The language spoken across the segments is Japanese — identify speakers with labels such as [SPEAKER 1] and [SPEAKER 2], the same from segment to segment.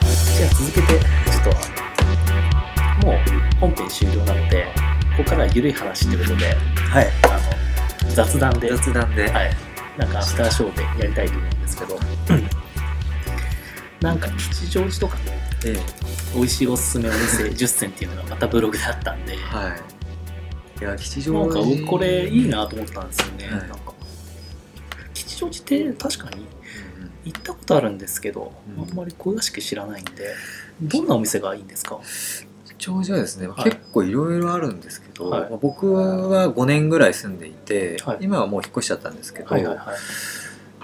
[SPEAKER 1] 続けてちょっともう本編終了なのでここからは緩い話ということで
[SPEAKER 2] はい
[SPEAKER 1] あの雑談で、
[SPEAKER 2] 雑談で、
[SPEAKER 1] はい、なんかアフターショーでやりたいと思うんですけど、なんか吉祥寺とかね
[SPEAKER 2] え
[SPEAKER 1] 美味しいおすすめお店10選っていうのがまたブログであったんで、
[SPEAKER 2] えはいいや吉
[SPEAKER 1] な
[SPEAKER 2] 祥
[SPEAKER 1] んか
[SPEAKER 2] 寺
[SPEAKER 1] 僕これいいなと思ったんですよね、
[SPEAKER 2] は
[SPEAKER 1] なん
[SPEAKER 2] い
[SPEAKER 1] か吉祥寺って確かに
[SPEAKER 2] うんうん
[SPEAKER 1] 行ったことあるんですけど、
[SPEAKER 2] うん
[SPEAKER 1] あんまり詳しく知らないんでどんなお店がいいんですか
[SPEAKER 2] 吉祥寺はですね、
[SPEAKER 1] はい
[SPEAKER 2] 結構いろいろあるんですけど、
[SPEAKER 1] はい
[SPEAKER 2] まあ僕は5年ぐらい住んでいて、
[SPEAKER 1] はい
[SPEAKER 2] 今はもう引っ越しちゃったんですけど、
[SPEAKER 1] はいはいは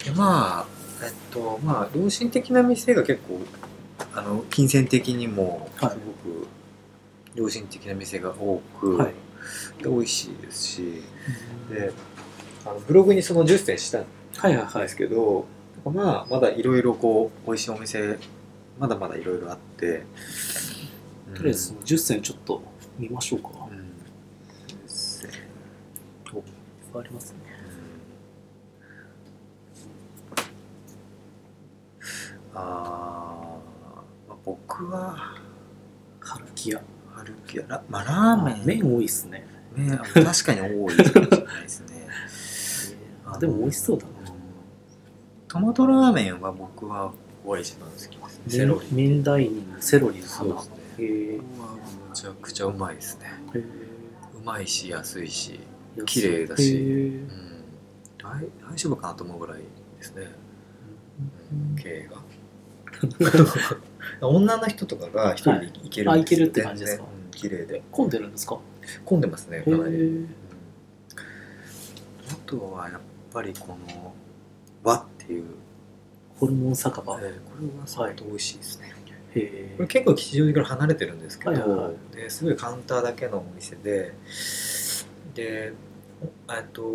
[SPEAKER 1] い
[SPEAKER 2] でまあえっとまあ良心的な店が結構あの金銭的にもす
[SPEAKER 1] は
[SPEAKER 2] ご
[SPEAKER 1] い
[SPEAKER 2] く良心的な店が多く、
[SPEAKER 1] はい
[SPEAKER 2] で美味しいですしであのブログにその10選したん
[SPEAKER 1] はいはいは
[SPEAKER 2] で
[SPEAKER 1] い
[SPEAKER 2] すけど、まあまだいろいろこう美味しいお店まだまだいろいろあって、うん
[SPEAKER 1] とりあえずその10選ちょっと見ましょうか、
[SPEAKER 2] うん10選
[SPEAKER 1] ありますね
[SPEAKER 2] あーまあ僕は
[SPEAKER 1] 春木屋
[SPEAKER 2] 歩きやら、まあ、ラーメン
[SPEAKER 1] 麺多いっすね
[SPEAKER 2] ね確かに多いかもしれないで すねあの
[SPEAKER 1] でも美味しそうだな
[SPEAKER 2] トマトラーメンは僕はこれ一番好きですねセロリ
[SPEAKER 1] 麺ダイニングセロリの
[SPEAKER 2] そう
[SPEAKER 1] 花
[SPEAKER 2] ですね
[SPEAKER 1] へえ
[SPEAKER 2] うわむちゃくちゃうまいですね
[SPEAKER 1] へ
[SPEAKER 2] うまいし安いし、
[SPEAKER 1] え
[SPEAKER 2] 綺麗だし
[SPEAKER 1] へえ
[SPEAKER 2] うん、大大丈夫かなと思うぐらいですね経営が 女の人とかが一人で行けるんですよ、
[SPEAKER 1] はいあ行けるって感じですか
[SPEAKER 2] 全然うん綺麗で
[SPEAKER 1] 混んでるんですか
[SPEAKER 2] 混んでますね
[SPEAKER 1] へ
[SPEAKER 2] かなり、うん
[SPEAKER 1] え
[SPEAKER 2] あとはやっぱりこの和っていう、
[SPEAKER 1] ホルモン酒
[SPEAKER 2] え
[SPEAKER 1] 場へ
[SPEAKER 2] ーこれは相当美味しいですね、
[SPEAKER 1] え
[SPEAKER 2] これ結構吉祥寺から離れてるんですけど、
[SPEAKER 1] はいはいはい
[SPEAKER 2] ですごいカウンターだけのお店ででおえっと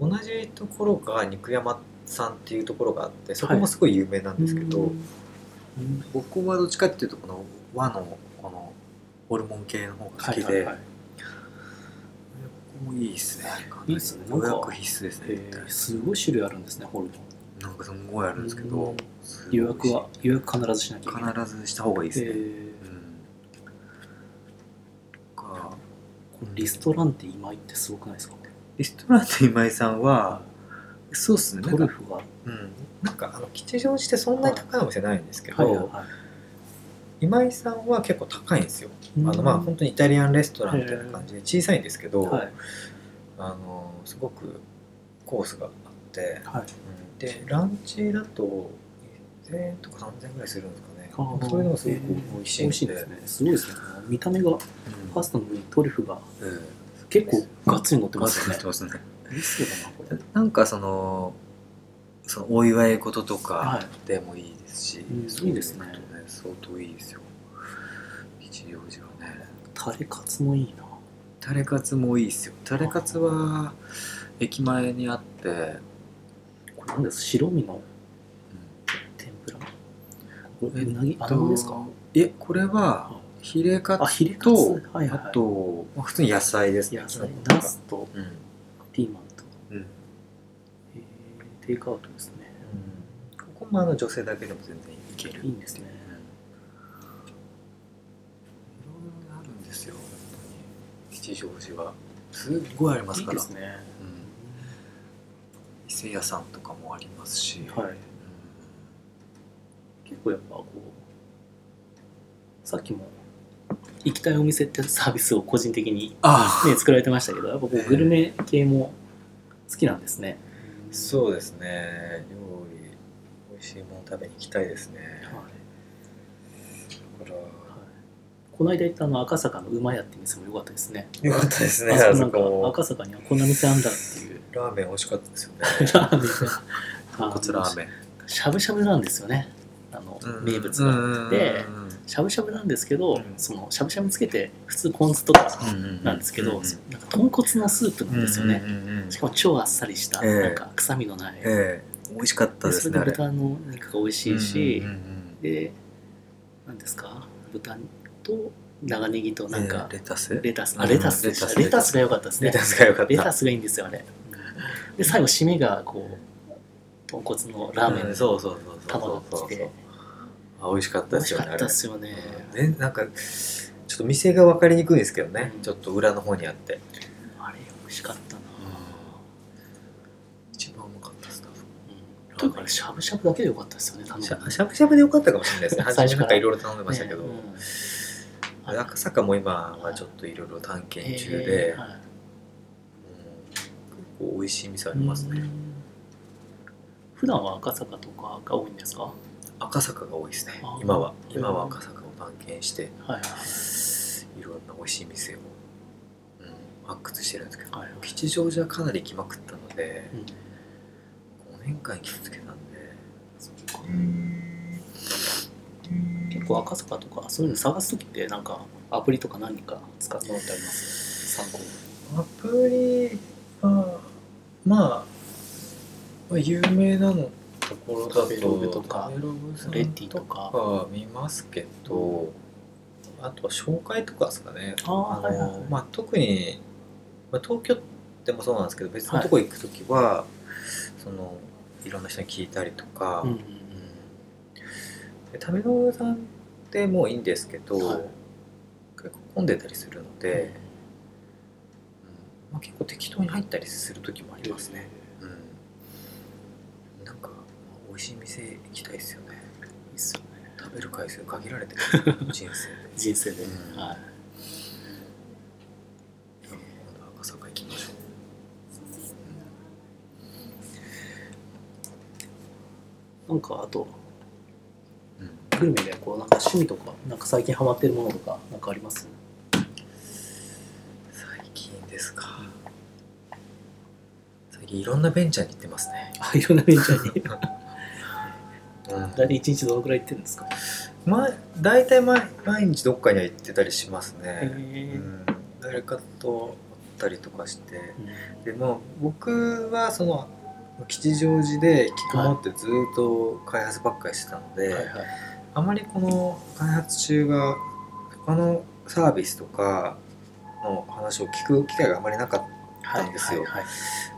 [SPEAKER 2] 同じところが肉山さんっていうところがあってそこもすごい有名なんですけど、
[SPEAKER 1] うん
[SPEAKER 2] 僕はどっちかっていうとこの和のこのホルモン系の方が好きで、
[SPEAKER 1] はいはいはい
[SPEAKER 2] ここもいいですね
[SPEAKER 1] いいっすね
[SPEAKER 2] 予約必須ですね
[SPEAKER 1] へ
[SPEAKER 2] 絶対
[SPEAKER 1] えすごい種類あるんですねホルモン
[SPEAKER 2] なんかすんごいあるんですけ
[SPEAKER 1] う
[SPEAKER 2] ど
[SPEAKER 1] ん
[SPEAKER 2] すごい
[SPEAKER 1] 予約は予約必ずしなきゃいけない
[SPEAKER 2] 必ずした方がいいですね、
[SPEAKER 1] え
[SPEAKER 2] う
[SPEAKER 1] え
[SPEAKER 2] んか
[SPEAKER 1] このリストランって今井ってすごくないですか
[SPEAKER 2] レストランの今井さんはそうっすね
[SPEAKER 1] ト
[SPEAKER 2] なん
[SPEAKER 1] リュ
[SPEAKER 2] か,、
[SPEAKER 1] フがは
[SPEAKER 2] うん、なんかあの吉祥寺ってそんなに高いお店ないんですけど、
[SPEAKER 1] いはいは
[SPEAKER 2] 今井さんは結構高いんですよ、
[SPEAKER 1] い
[SPEAKER 2] あのまあ本当にイタリアンレストランみたいな感じで小さいんですけど、
[SPEAKER 1] はい
[SPEAKER 2] あのすごくコースがあって、
[SPEAKER 1] はい
[SPEAKER 2] でランチだと2000円とか3000円ぐらいするんですかね
[SPEAKER 1] あー
[SPEAKER 2] そういうのがすごく美味しい
[SPEAKER 1] 美
[SPEAKER 2] ん
[SPEAKER 1] 味しいですねすごいですね見た目がパスタの上にトリュフが
[SPEAKER 2] うんうん
[SPEAKER 1] 結構ガッツリ乗って
[SPEAKER 2] ま
[SPEAKER 1] ます
[SPEAKER 2] ず
[SPEAKER 1] よ
[SPEAKER 2] 言っ
[SPEAKER 1] ね
[SPEAKER 2] てますね
[SPEAKER 1] 美味しそうだなこれ
[SPEAKER 2] なんかそのそのお祝い事とか
[SPEAKER 1] はい
[SPEAKER 2] でもいいですし、
[SPEAKER 1] うん
[SPEAKER 2] そう
[SPEAKER 1] いいですね
[SPEAKER 2] と相当いいですよ吉祥寺はね
[SPEAKER 1] タレカツもいいな
[SPEAKER 2] タレカツもいいですよタレカツは駅前にあって、うん
[SPEAKER 1] これなんです白身の天ぷらこれ
[SPEAKER 2] えっ
[SPEAKER 1] う
[SPEAKER 2] と
[SPEAKER 1] なぎ穴子ですか
[SPEAKER 2] いえこれはヒレカ
[SPEAKER 1] あ
[SPEAKER 2] ツ
[SPEAKER 1] ヒレカツ
[SPEAKER 2] と
[SPEAKER 1] はい
[SPEAKER 2] あ
[SPEAKER 1] はいはい
[SPEAKER 2] と、まあ、普通に野菜ですね
[SPEAKER 1] 野菜ナスと
[SPEAKER 2] うん
[SPEAKER 1] ピーマンと
[SPEAKER 2] うん
[SPEAKER 1] えーテイクアウトですね
[SPEAKER 2] ここもあの女性だけでも全然いける
[SPEAKER 1] いいんですね
[SPEAKER 2] うんいろいろあるんですよ本当に吉祥寺はすっごいあります
[SPEAKER 1] いい
[SPEAKER 2] か
[SPEAKER 1] で
[SPEAKER 2] ら
[SPEAKER 1] すね
[SPEAKER 2] うん伊勢屋さんとかもありますし、
[SPEAKER 1] はい結構やっぱこうさっきも行きたいお店ってサービスを個人的に、
[SPEAKER 2] ああ、
[SPEAKER 1] ね、作られてましたけどやっぱこうグルメ系も好きなんですね、
[SPEAKER 2] そうですね料理美味しいもの食べに行きたいですね
[SPEAKER 1] はい
[SPEAKER 2] だから
[SPEAKER 1] この間行ったあの赤坂の馬屋って店も良かったですね
[SPEAKER 2] よかったですね
[SPEAKER 1] あそこ
[SPEAKER 2] あ
[SPEAKER 1] な
[SPEAKER 2] そ
[SPEAKER 1] んか
[SPEAKER 2] こも
[SPEAKER 1] 赤坂にはこんな店あんだっていう
[SPEAKER 2] ラーメン美味しかったですよね
[SPEAKER 1] ラーメンが
[SPEAKER 2] こつラーメン
[SPEAKER 1] ン しゃぶしゃぶなんですよねあの
[SPEAKER 2] うん
[SPEAKER 1] 名物があって
[SPEAKER 2] うんうんうん
[SPEAKER 1] しゃぶしゃぶなんですけど、
[SPEAKER 2] うん
[SPEAKER 1] そのしゃぶしゃぶつけて普通ポン酢とかなんですけど、なんか豚骨のスープなんですよね、しかも超あっさりした、
[SPEAKER 2] ええ
[SPEAKER 1] なんか臭みのない、
[SPEAKER 2] ええ、美味しかった
[SPEAKER 1] で
[SPEAKER 2] で
[SPEAKER 1] そ
[SPEAKER 2] す
[SPEAKER 1] れで
[SPEAKER 2] ねあれ。
[SPEAKER 1] 豚の肉が美味しいし、
[SPEAKER 2] うんうんうん
[SPEAKER 1] で何ですか豚と長ネギとなんか
[SPEAKER 2] ええレタス
[SPEAKER 1] レタス、
[SPEAKER 2] う
[SPEAKER 1] あ
[SPEAKER 2] ん
[SPEAKER 1] レタスでしたレ
[SPEAKER 2] レタス
[SPEAKER 1] タスが良かったですね
[SPEAKER 2] レタスが良かった。
[SPEAKER 1] レタスがいいんですよあれで最後締めがこう豚骨のラーメン
[SPEAKER 2] うんそうそうそうそう
[SPEAKER 1] 卵
[SPEAKER 2] そう
[SPEAKER 1] が来て
[SPEAKER 2] あ美味しかった
[SPEAKER 1] 美味
[SPEAKER 2] です
[SPEAKER 1] し
[SPEAKER 2] よ
[SPEAKER 1] か
[SPEAKER 2] ね
[SPEAKER 1] ったですよね。
[SPEAKER 2] あれねなんかちょっと店が分かりにくいんですけどね、
[SPEAKER 1] うん
[SPEAKER 2] ちょっと裏の方にあって
[SPEAKER 1] あれ、美味しかったな。
[SPEAKER 2] 一番うまかったです多分
[SPEAKER 1] うん、というか、しゃぶしゃぶだけでよかったですよね、多分
[SPEAKER 2] しゃしゃぶしゃぶでよかったかもしれないですね
[SPEAKER 1] 最
[SPEAKER 2] 初
[SPEAKER 1] 初か
[SPEAKER 2] めな
[SPEAKER 1] ら
[SPEAKER 2] んかいろいろ頼んでましたけど、
[SPEAKER 1] ねうん
[SPEAKER 2] 赤坂も今はちょっといろいろ探検中で、
[SPEAKER 1] えーはい
[SPEAKER 2] うん結構美味しい店ありますね、
[SPEAKER 1] うん普段は赤坂とかが多いんですか。は
[SPEAKER 2] 赤坂が多いですね
[SPEAKER 1] あー
[SPEAKER 2] 今は
[SPEAKER 1] へー
[SPEAKER 2] 今は赤坂を探検して
[SPEAKER 1] いはい
[SPEAKER 2] いろんな美味しい店を、うん、発掘してるんですけど
[SPEAKER 1] はいはい。
[SPEAKER 2] 吉祥寺はかなり来まくったので
[SPEAKER 1] うん
[SPEAKER 2] 5年間行き続けたんで
[SPEAKER 1] そっか結構赤坂とかそういうの探す時ってなんかアプリとか何か使ってもらってあります参考に
[SPEAKER 2] アプリはまあまあ有名なのところだと
[SPEAKER 1] 食べログとか
[SPEAKER 2] 食べログさん
[SPEAKER 1] レッティとか
[SPEAKER 2] か見ますけどあとは紹介とかですかね
[SPEAKER 1] ああ
[SPEAKER 2] あ
[SPEAKER 1] はいはいはい
[SPEAKER 2] のまあ、特に、まあ、東京でもそうなんですけど別のとこ行く時は、そのいろんな人に聞いたりとか、
[SPEAKER 1] うんうん
[SPEAKER 2] うんで食べログさんってもういいんですけど、
[SPEAKER 1] はい
[SPEAKER 2] 結構混んでたりするので、うんまあ、結構適当に入ったりする時もありますね、うん、なんかまあ美味しい店行きたいですよね
[SPEAKER 1] いいっすよね
[SPEAKER 2] 食べる回数限られ てくる人生で
[SPEAKER 1] 人生で、
[SPEAKER 2] うん
[SPEAKER 1] はい
[SPEAKER 2] 今度は赤坂行きましょう、
[SPEAKER 1] なんかあと
[SPEAKER 2] うん
[SPEAKER 1] グルメでこうなんか趣味とかなんか最近ハマってるものとかなんかあります
[SPEAKER 2] 最近ですか最近いろんなベンチャーに行ってますね、
[SPEAKER 1] あいろんなベンチャーに
[SPEAKER 2] うん
[SPEAKER 1] 大体一日どのくらい行ってるんですか
[SPEAKER 2] まあ、大体毎毎日どっかには行ってたりします
[SPEAKER 1] へ
[SPEAKER 2] ね、う
[SPEAKER 1] え
[SPEAKER 2] ん、誰かと会ったりとかして、でも僕はその吉祥寺で引きこもってずっと開発ばっかりしてたの
[SPEAKER 1] は
[SPEAKER 2] で、
[SPEAKER 1] いはい
[SPEAKER 2] あまりこの開発中が他のサービスとかの話を聞く機会があまりなかっ
[SPEAKER 1] はい
[SPEAKER 2] なんですよ
[SPEAKER 1] はい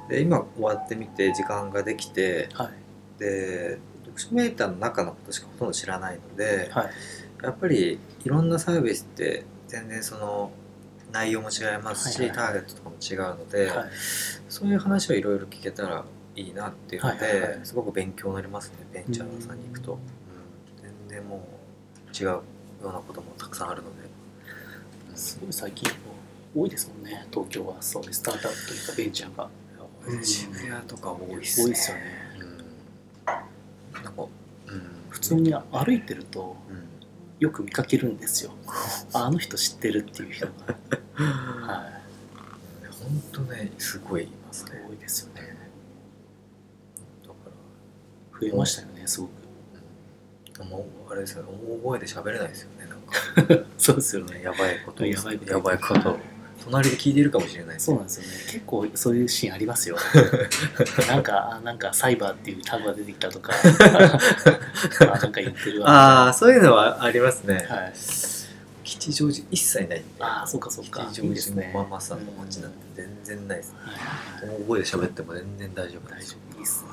[SPEAKER 2] たで今終わってみて時間ができて
[SPEAKER 1] はい
[SPEAKER 2] で読書メーターの中のことしかほとんど知らないので、
[SPEAKER 1] はい
[SPEAKER 2] やっぱりいろんなサービスって全然その内容も違いますし、
[SPEAKER 1] はいはい
[SPEAKER 2] ターゲットとかも違うので、
[SPEAKER 1] はい
[SPEAKER 2] そういう話をいろいろ聞けたらいいなっていうので、
[SPEAKER 1] はいはいはい
[SPEAKER 2] すごく勉強になりますねベンチャーさんに行くと、うん全然もう違うようなこともたくさんあるので、うん
[SPEAKER 1] すごい最近多いですもんね東京はそうですスタートアップというかベンチャーがうん
[SPEAKER 2] 渋谷とか多いっす
[SPEAKER 1] 多いですよね
[SPEAKER 2] うんなんか、うん、
[SPEAKER 1] 普通に歩いてるとよく見かけるん ですよあの人知ってるっていう人が、
[SPEAKER 2] うん、
[SPEAKER 1] は
[SPEAKER 2] 本当ねすごいいます
[SPEAKER 1] い
[SPEAKER 2] ね、
[SPEAKER 1] 多いですよね
[SPEAKER 2] だから
[SPEAKER 1] 増えましたよねすごく
[SPEAKER 2] うん、もうあれですよね大声で喋れないですよねなんか
[SPEAKER 1] そうですよ
[SPEAKER 2] やばいことを
[SPEAKER 1] やばいこと
[SPEAKER 2] やばいことを隣で聞いてるかもしれないです
[SPEAKER 1] そう
[SPEAKER 2] ね
[SPEAKER 1] なんですよね結構そういうシーンあり ますよなんかあなんかサイバーっていうタグが出てきたと かあなんか言ってるわ
[SPEAKER 2] ああそういうのはありますね、
[SPEAKER 1] はい
[SPEAKER 2] 吉祥寺一切ないんで
[SPEAKER 1] ああそうかそうか
[SPEAKER 2] 吉
[SPEAKER 1] いいで
[SPEAKER 2] 祥
[SPEAKER 1] す
[SPEAKER 2] 寺
[SPEAKER 1] ね
[SPEAKER 2] もママさんの街なんて全然ないです、
[SPEAKER 1] はい
[SPEAKER 2] 大声で喋っても全然大丈夫
[SPEAKER 1] 大
[SPEAKER 2] です
[SPEAKER 1] 丈夫いいっすね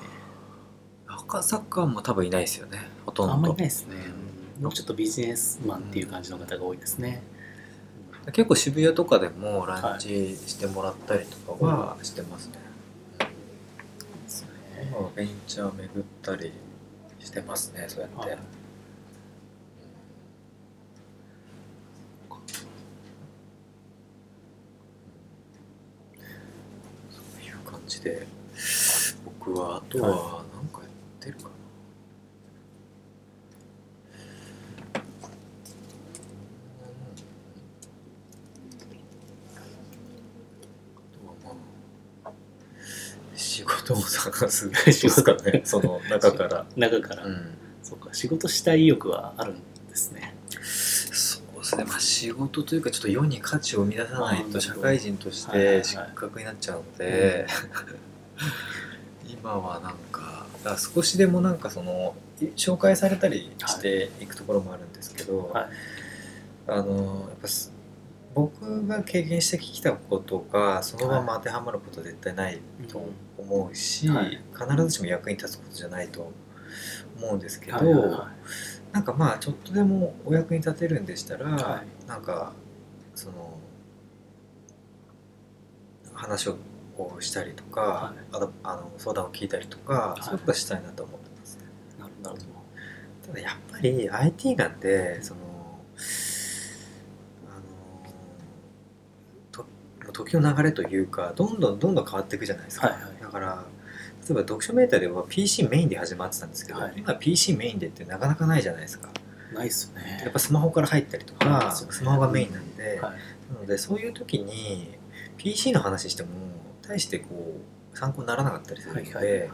[SPEAKER 2] 赤坂も多分いないですよねほとんど
[SPEAKER 1] あんまりないですね、
[SPEAKER 2] うん
[SPEAKER 1] もうちょっとビジネスマンっていう感じの方が多いですね、
[SPEAKER 2] 結構渋谷とかでもランチしてもらったりとかはしてますね、
[SPEAKER 1] ですね
[SPEAKER 2] 今はベンチャー巡ったりしてますねそうやって、
[SPEAKER 1] はい
[SPEAKER 2] そういう感じで僕はあとは何かやってるかな、あとはまあ仕事を探すってことですか ねその中から、
[SPEAKER 1] 中から、
[SPEAKER 2] ん、
[SPEAKER 1] そうか仕事したい意欲はあるんですね
[SPEAKER 2] そうですね、まあ、仕事というかちょっと世に価値を生み出さないと
[SPEAKER 1] あー
[SPEAKER 2] 社会人とし
[SPEAKER 1] なるほ
[SPEAKER 2] て
[SPEAKER 1] ど
[SPEAKER 2] 失格になっちゃうので、 今はなんかだから少しでもなんかその紹介されたりしていくところもあるんですけど、
[SPEAKER 1] はい
[SPEAKER 2] あのやっぱす僕が経験してきたことがそのまま当てはまることは絶対ないと思うし、
[SPEAKER 1] はい
[SPEAKER 2] 必ずしも役に立つことじゃないと思うんですけど、
[SPEAKER 1] はいはいはい
[SPEAKER 2] なんかまあちょっとでもお役に立てるんでしたら、
[SPEAKER 1] は
[SPEAKER 2] なんかその話をしたりとか、
[SPEAKER 1] は
[SPEAKER 2] あとあの相談を聞いたりとか、
[SPEAKER 1] い
[SPEAKER 2] そういうことはしたいなと思ってますね。
[SPEAKER 1] なるほど。
[SPEAKER 2] ただやっぱり IT なんてそのあのと時の流れというかどんどんどんどん変わっていくじゃないですか、
[SPEAKER 1] はいはい
[SPEAKER 2] だから例えば読書メーターでは PC メインで始まってたんですけど、
[SPEAKER 1] はい
[SPEAKER 2] 今 PC メインでってなかなかないじゃないですか
[SPEAKER 1] ないっすね。
[SPEAKER 2] やっぱスマホから入ったりと
[SPEAKER 1] そう
[SPEAKER 2] か
[SPEAKER 1] ですよね
[SPEAKER 2] スマホがメインなんで、
[SPEAKER 1] はい
[SPEAKER 2] なのでそういう時に PC の話しても大してこう参考にならなかったりする
[SPEAKER 1] は
[SPEAKER 2] の
[SPEAKER 1] い
[SPEAKER 2] で、
[SPEAKER 1] はいはい。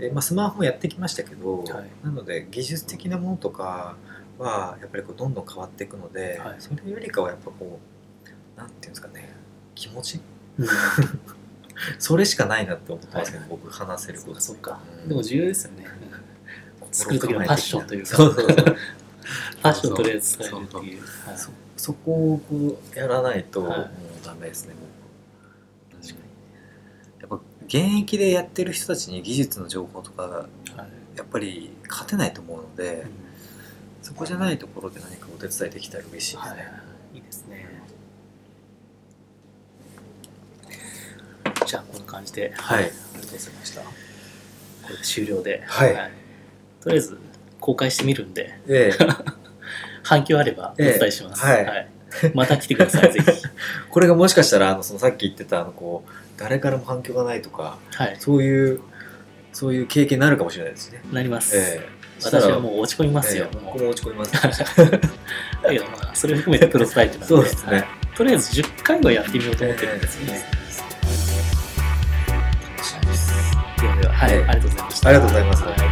[SPEAKER 2] でまあ、スマホもやってきましたけど、
[SPEAKER 1] はい
[SPEAKER 2] なので技術的なものとかはやっぱりこうどんどん変わっていくので、
[SPEAKER 1] はい
[SPEAKER 2] それよりかはやっぱこうなんていうんですかね気持ち
[SPEAKER 1] うん
[SPEAKER 2] それしかないなって思ってますけど、
[SPEAKER 1] は
[SPEAKER 2] 僕話せる
[SPEAKER 1] そ
[SPEAKER 2] こ
[SPEAKER 1] う
[SPEAKER 2] と
[SPEAKER 1] かそうか
[SPEAKER 2] う。ん
[SPEAKER 1] でも重要ですよね。作る時のパッションというか
[SPEAKER 2] そうそうそう
[SPEAKER 1] ファッションとりあえず伝えるっていう。はい
[SPEAKER 2] そそこをこうやらないとも
[SPEAKER 1] はいう
[SPEAKER 2] ダメですね、僕
[SPEAKER 1] 確か
[SPEAKER 2] やっぱ現役でやってる人たちに技術の情報とか
[SPEAKER 1] はい
[SPEAKER 2] やっぱり勝てないと思うので、
[SPEAKER 1] うん
[SPEAKER 2] そこじゃないところで何かお手伝いできたら嬉しいです
[SPEAKER 1] は
[SPEAKER 2] ね、
[SPEAKER 1] い。いいですね。じゃあこんな感じで、
[SPEAKER 2] は
[SPEAKER 1] あ
[SPEAKER 2] い
[SPEAKER 1] りがとうございました。これで終了で、
[SPEAKER 2] はい
[SPEAKER 1] とりあえず公開してみるんで、
[SPEAKER 2] ええ
[SPEAKER 1] 反響あればお伝えします。
[SPEAKER 2] ええはい
[SPEAKER 1] また来てくださ い、ぜひ。
[SPEAKER 2] これがもしかしたらあのそのさっき言ってたあのこう誰からも反響がないとか
[SPEAKER 1] はい。
[SPEAKER 2] そういうそういう経験になるかもしれないですね、
[SPEAKER 1] なります。
[SPEAKER 2] ええ
[SPEAKER 1] 私は
[SPEAKER 2] う
[SPEAKER 1] もう落ち込みますよ。も
[SPEAKER 2] 僕
[SPEAKER 1] う
[SPEAKER 2] も落ち込み ます
[SPEAKER 1] いやまあそれ含めてプロトタイプなんで、
[SPEAKER 2] そうですね
[SPEAKER 1] とりあえず10回はやってみようと思ってるんですよね。
[SPEAKER 2] 楽しみです
[SPEAKER 1] ではでは、はい、
[SPEAKER 2] ええ
[SPEAKER 1] ありがとうございました。
[SPEAKER 2] ありがとうございます
[SPEAKER 1] はい